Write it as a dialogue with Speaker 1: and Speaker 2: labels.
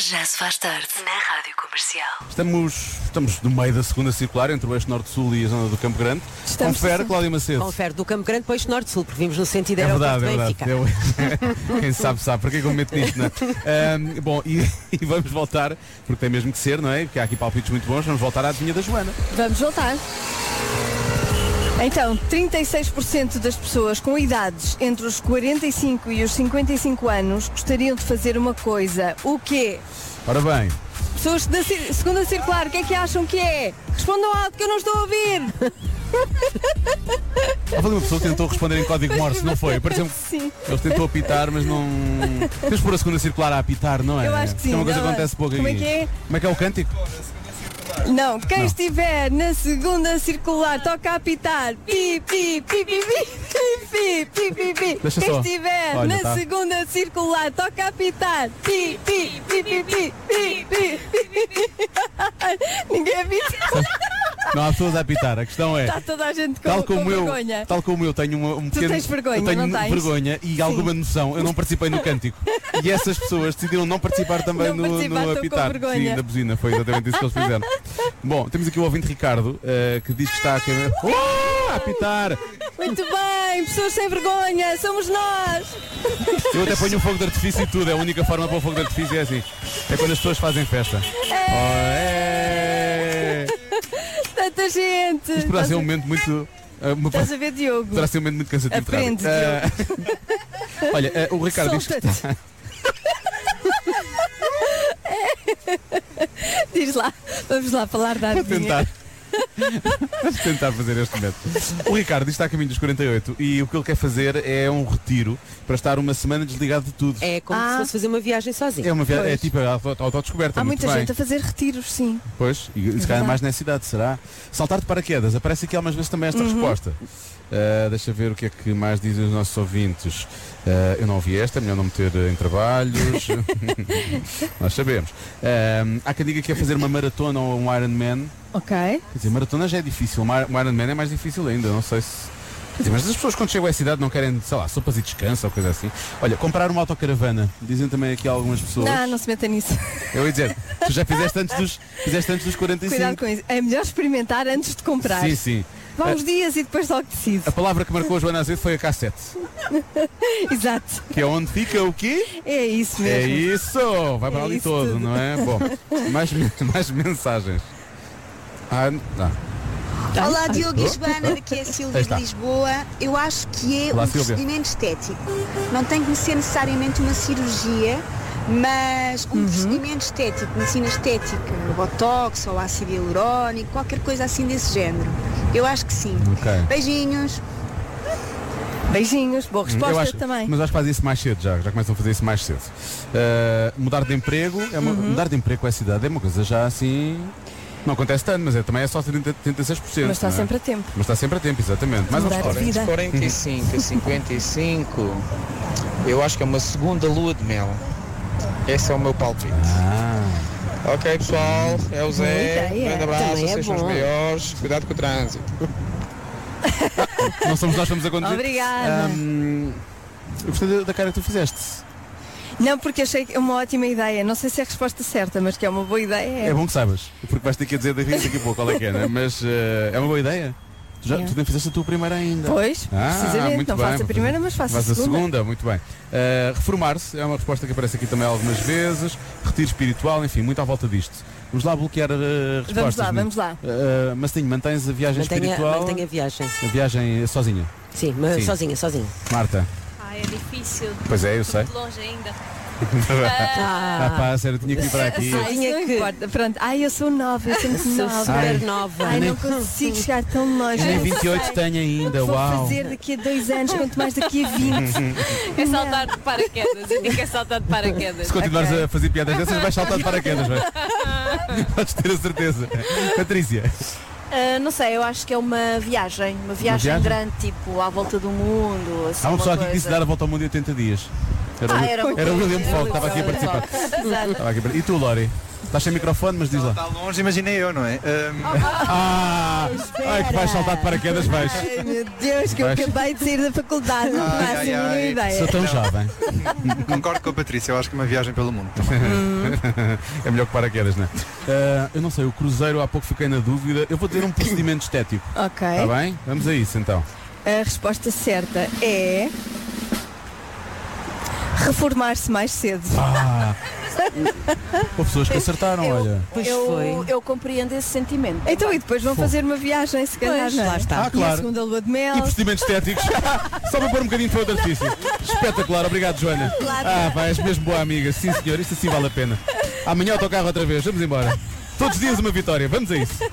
Speaker 1: Já se faz tarde na Rádio Comercial.
Speaker 2: Estamos, estamos no meio da segunda circular entre o Oeste Norte-Sul e a zona do Campo Grande.
Speaker 3: Estamos,
Speaker 2: Confere,
Speaker 3: sim.
Speaker 2: Cláudia Macedo.
Speaker 3: Confere do Campo Grande para o Eixo Norte-Sul, porque vimos no sentido
Speaker 2: É
Speaker 3: aeroporto
Speaker 2: verdade, é verdade.
Speaker 3: Benfica.
Speaker 2: Eu- quem sabe sabe, para que é que eu me meto nisto, não é? Ahm, bom, e, e vamos voltar, porque tem mesmo que ser, não é? Porque há aqui palpites muito bons, vamos voltar à adivinha da Joana.
Speaker 4: Vamos voltar. Então, 36% das pessoas com idades entre os 45 e os 55 anos gostariam de fazer uma coisa. O quê?
Speaker 2: Ora bem,
Speaker 4: Pessoas da cir- segunda circular, o que é que acham que é? Respondam alto que eu não estou a ouvir.
Speaker 2: houve ali uma pessoa que tentou responder em código Morse, não foi? Pareceu-me que
Speaker 4: Sim.
Speaker 2: ele tentou apitar, mas não. Temos por a segunda circular a apitar, não é?
Speaker 4: Eu acho que sim,
Speaker 2: É uma coisa que
Speaker 4: não é?
Speaker 2: acontece pouco
Speaker 4: Como é
Speaker 2: aqui.
Speaker 4: que é?
Speaker 2: Como é que é o cântico?
Speaker 4: Não, quem estiver na segunda circular toca a apitar. Pi, pi, pi, pi, pi, pi, pi, pi, pi.
Speaker 2: Deixa
Speaker 4: quem
Speaker 2: só.
Speaker 4: estiver
Speaker 2: Olha,
Speaker 4: na
Speaker 2: tá.
Speaker 4: segunda circular toca a apitar. Pi, pi, pi, pi, pi, pi, pi, pi. Ninguém apita.
Speaker 2: Não há pessoas a apitar, a questão é.
Speaker 4: Está toda a gente com,
Speaker 2: Tal
Speaker 4: com
Speaker 2: como, eu,
Speaker 4: vergonha.
Speaker 2: tal como eu tenho uma, um pequeno.
Speaker 4: tens vergonha,
Speaker 2: eu tenho
Speaker 4: não tens?
Speaker 2: vergonha e alguma noção, eu não participei no cântico. E essas pessoas decidiram não participar também
Speaker 4: Não
Speaker 2: no,
Speaker 4: participar,
Speaker 2: no
Speaker 4: estão com
Speaker 2: apitar.
Speaker 4: vergonha.
Speaker 2: Sim, da buzina, foi exatamente isso que eles fizeram. Bom, temos aqui o ouvinte Ricardo, eh, que diz que está a queimar. Oh, a apitar!
Speaker 4: Muito bem, pessoas sem vergonha, somos nós.
Speaker 2: Eu até ponho um fogo de artifício e tudo, é a única forma para o fogo de artifício é assim. É quando as pessoas fazem festa. Oh, é.
Speaker 4: Tanta gente.
Speaker 2: Isto poderá
Speaker 4: Estás
Speaker 2: ser um
Speaker 4: a-
Speaker 2: momento muito. eh, uma-
Speaker 4: Estás a ver, Diogo?
Speaker 2: Poderá ser um momento muito cansativo. de
Speaker 4: Aprende,
Speaker 2: rádio. Eh, Olha, eh, o Ricardo diz que
Speaker 4: Solta-te. Diz lá, vamos lá falar da
Speaker 2: Vamos
Speaker 4: adivinha.
Speaker 2: tentar. Vamos tentar fazer este método. O Ricardo está a caminho dos 48 e o que ele quer fazer é um retiro para estar uma semana desligado de tudo.
Speaker 3: É como
Speaker 4: Ah.
Speaker 3: se fosse fazer uma viagem sozinho.
Speaker 2: É uma viagem, é
Speaker 4: Pois.
Speaker 2: tipo a auto- autodescoberta,
Speaker 4: Há
Speaker 2: muito
Speaker 4: muita
Speaker 2: bem.
Speaker 4: gente a fazer retiros, sim.
Speaker 2: Pois, e se calhar mais nessa idade, será? Saltar de paraquedas, aparece aqui algumas vezes também esta
Speaker 4: Uhum.
Speaker 2: resposta. Ah, deixa ver o que é que mais dizem os nossos ouvintes. Ah, eu não ouvi esta, melhor não meter em trabalhos. Nós sabemos. Ah, há quem diga que é fazer uma maratona ou um Ironman.
Speaker 4: Ok.
Speaker 2: Quer dizer, maratona já é difícil, mar- um Ironman é mais difícil ainda, não sei se. Quer dizer, mas as pessoas quando chegam à cidade não querem, sei lá, sopas e descanso ou coisa assim. Olha, comprar uma autocaravana, dizem também aqui algumas pessoas.
Speaker 4: Não, não se meta nisso.
Speaker 2: Eu ia dizer, tu já fizeste antes dos, fizeste antes dos 45.
Speaker 4: Cuidado com isso. É melhor experimentar antes de comprar.
Speaker 2: Sim, sim.
Speaker 4: Vá uns dias e depois logo decide.
Speaker 2: A palavra que marcou a Joana Azevedo foi a cassete,
Speaker 4: Exato.
Speaker 2: que é onde fica o quê?
Speaker 4: É isso
Speaker 2: É
Speaker 4: mesmo.
Speaker 2: isso! Vai para
Speaker 4: É
Speaker 2: ali
Speaker 4: isso
Speaker 2: todo,
Speaker 4: tudo.
Speaker 2: não é? Bom, mais, men- mais mensagens. Ah, não.
Speaker 5: Olá Diogo e Joana, daqui é a
Speaker 2: Tá. Aí
Speaker 5: Silvia de
Speaker 2: está.
Speaker 5: Lisboa. Eu acho que é
Speaker 2: Olá,
Speaker 5: um
Speaker 2: Silvia.
Speaker 5: procedimento estético. Não tem que ser necessariamente uma cirurgia, mas
Speaker 2: Uhum.
Speaker 5: um procedimento estético, medicina estética, botox ou ácido hialurónico, qualquer coisa assim desse género. Eu acho que sim.
Speaker 2: Ok.
Speaker 5: Beijinhos.
Speaker 4: Beijinhos, boa
Speaker 2: Hum, Uhum. Eu
Speaker 4: resposta
Speaker 2: acho-
Speaker 4: também.
Speaker 2: Mas acho que fazem isso mais cedo já, já começam a fazer isso mais cedo. Ah, mudar de emprego, é uma-
Speaker 4: Uhum.
Speaker 2: mudar de emprego com essa idade é uma coisa já assim. Não acontece tanto, mas é, também é só 30, 36%.
Speaker 4: Mas está
Speaker 2: não é?
Speaker 4: sempre a tempo.
Speaker 2: Mas está sempre a tempo, exatamente. Mais um uma
Speaker 4: Mudar de
Speaker 2: história.
Speaker 4: vida.
Speaker 6: 45 a 55, eu acho que é uma segunda lua de mel. Esse é o meu palpite.
Speaker 7: Ah.
Speaker 6: Ok, pessoal, é o Zé.
Speaker 4: Boa ideia.
Speaker 6: grande abraço,
Speaker 3: Também é
Speaker 6: vocês são os
Speaker 3: bom.
Speaker 6: maiores. Cuidado com o trânsito.
Speaker 2: Não somos nós que estamos a conduzir.
Speaker 4: Obrigada.
Speaker 2: Ahm, eu gostei da- da cara que tu fizeste.
Speaker 4: Não, porque achei que é uma ótima ideia. Não sei se é a resposta certa, mas que é uma boa ideia.
Speaker 2: É bom que saibas, porque vais ter que dizer daqui daqui a pouco qual é que é, né? mas eh, é uma boa ideia. Tu, já,
Speaker 3: É.
Speaker 2: tu nem fizeste a tua primeira ainda.
Speaker 4: Pois,
Speaker 2: Ah,
Speaker 4: precisamente.
Speaker 2: muito
Speaker 4: Não
Speaker 2: bem,
Speaker 4: faço a
Speaker 2: muito
Speaker 4: primeira,
Speaker 2: bem.
Speaker 4: mas faço a
Speaker 2: Mas a
Speaker 4: segunda.
Speaker 2: segunda, muito bem. Eh, Reformar-se é uma resposta que aparece aqui também algumas vezes. Retiro espiritual, enfim, muito à volta disto. Vamos lá bloquear eh, respostas.
Speaker 4: Vamos lá,
Speaker 2: menino.
Speaker 4: vamos lá.
Speaker 2: Eh, mas tenho, mantens a viagem
Speaker 3: Mantenha,
Speaker 2: espiritual.
Speaker 3: mantenha a viagem.
Speaker 2: A viagem sozinha.
Speaker 3: Sim, mas
Speaker 2: Sim.
Speaker 3: sozinha, sozinha.
Speaker 2: Marta.
Speaker 8: Ah, é difícil.
Speaker 2: Pois é, eu sei.
Speaker 8: Muito longe ainda.
Speaker 2: Ah,
Speaker 3: Ah,
Speaker 2: pá, a sério, tinha que ir para aqui.
Speaker 4: Ah, isso
Speaker 3: Tinha
Speaker 4: não
Speaker 3: que-
Speaker 4: importa. Pronto. Ai, eu sou nova, eu sou muito
Speaker 3: sou
Speaker 4: nova.
Speaker 3: super
Speaker 2: Ai.
Speaker 3: nova.
Speaker 4: Ai,
Speaker 2: nem-
Speaker 4: não consigo chegar tão longe.
Speaker 2: Nem
Speaker 4: não
Speaker 2: 28 tenho ainda,
Speaker 4: Vou
Speaker 2: uau.
Speaker 4: fazer daqui a dois anos, quanto mais daqui a 20.
Speaker 8: É saltar de paraquedas. Eu digo que é saltar de paraquedas.
Speaker 2: Se continuares a fazer piadas dessas, vais saltar de paraquedas, vai. Podes ter a certeza. Patrícia.
Speaker 9: Ah, não sei, eu acho que é uma viagem, uma viagem,
Speaker 2: viagem?
Speaker 9: grande, tipo à volta do mundo. Assim,
Speaker 2: Há uma pessoa aqui
Speaker 9: coisa.
Speaker 2: que disse dar a volta ao mundo em 80 dias. Era, o-
Speaker 9: Ah, era,
Speaker 2: era o William Fogg,
Speaker 9: William
Speaker 2: estava aqui
Speaker 9: Fogg.
Speaker 2: a participar.
Speaker 9: Exato.
Speaker 2: Estava aqui a par- E tu, Lori? Estás sem microfone, mas diz lá.
Speaker 7: Está Tá longe, imaginei eu, não é? Ahm,
Speaker 2: Ah, ai que vais saltar de paraquedas, vais.
Speaker 4: Ai meu Deus, que eu
Speaker 2: Vais.
Speaker 4: acabei de sair da faculdade, não
Speaker 7: Ai,
Speaker 4: faço a
Speaker 7: ai,
Speaker 4: mínima
Speaker 7: ai.
Speaker 2: Sou
Speaker 4: ideia.
Speaker 2: tão jovem.
Speaker 7: concordo com a Patrícia, eu acho que uma viagem pelo mundo.
Speaker 2: É melhor que paraquedas, não é? Ah, eu não sei, o cruzeiro há pouco fiquei na dúvida. Eu vou ter um procedimento estético.
Speaker 4: Ok.
Speaker 2: Está bem? Vamos a isso então.
Speaker 4: A resposta certa é. Reformar-se mais cedo.
Speaker 2: Ah, houve pessoas que acertaram, olha.
Speaker 3: Pois
Speaker 9: eu,
Speaker 3: foi.
Speaker 9: eu compreendo esse sentimento.
Speaker 4: Então, e depois vão fazer uma viagem, se calhar.
Speaker 3: Pois,
Speaker 4: não é?
Speaker 3: lá está.
Speaker 2: Ah,
Speaker 4: E a
Speaker 2: claro.
Speaker 4: segunda lua de
Speaker 2: E
Speaker 4: mel.
Speaker 2: procedimentos estéticos. Só para pôr um bocadinho de fogo de artifício. Espetacular, obrigado, Joana. Ah, vai, és mesmo boa amiga. Sim, senhor, isto assim vale a pena. Amanhã autocarro outra vez, vamos embora. Todos os dias uma vitória, vamos a isso.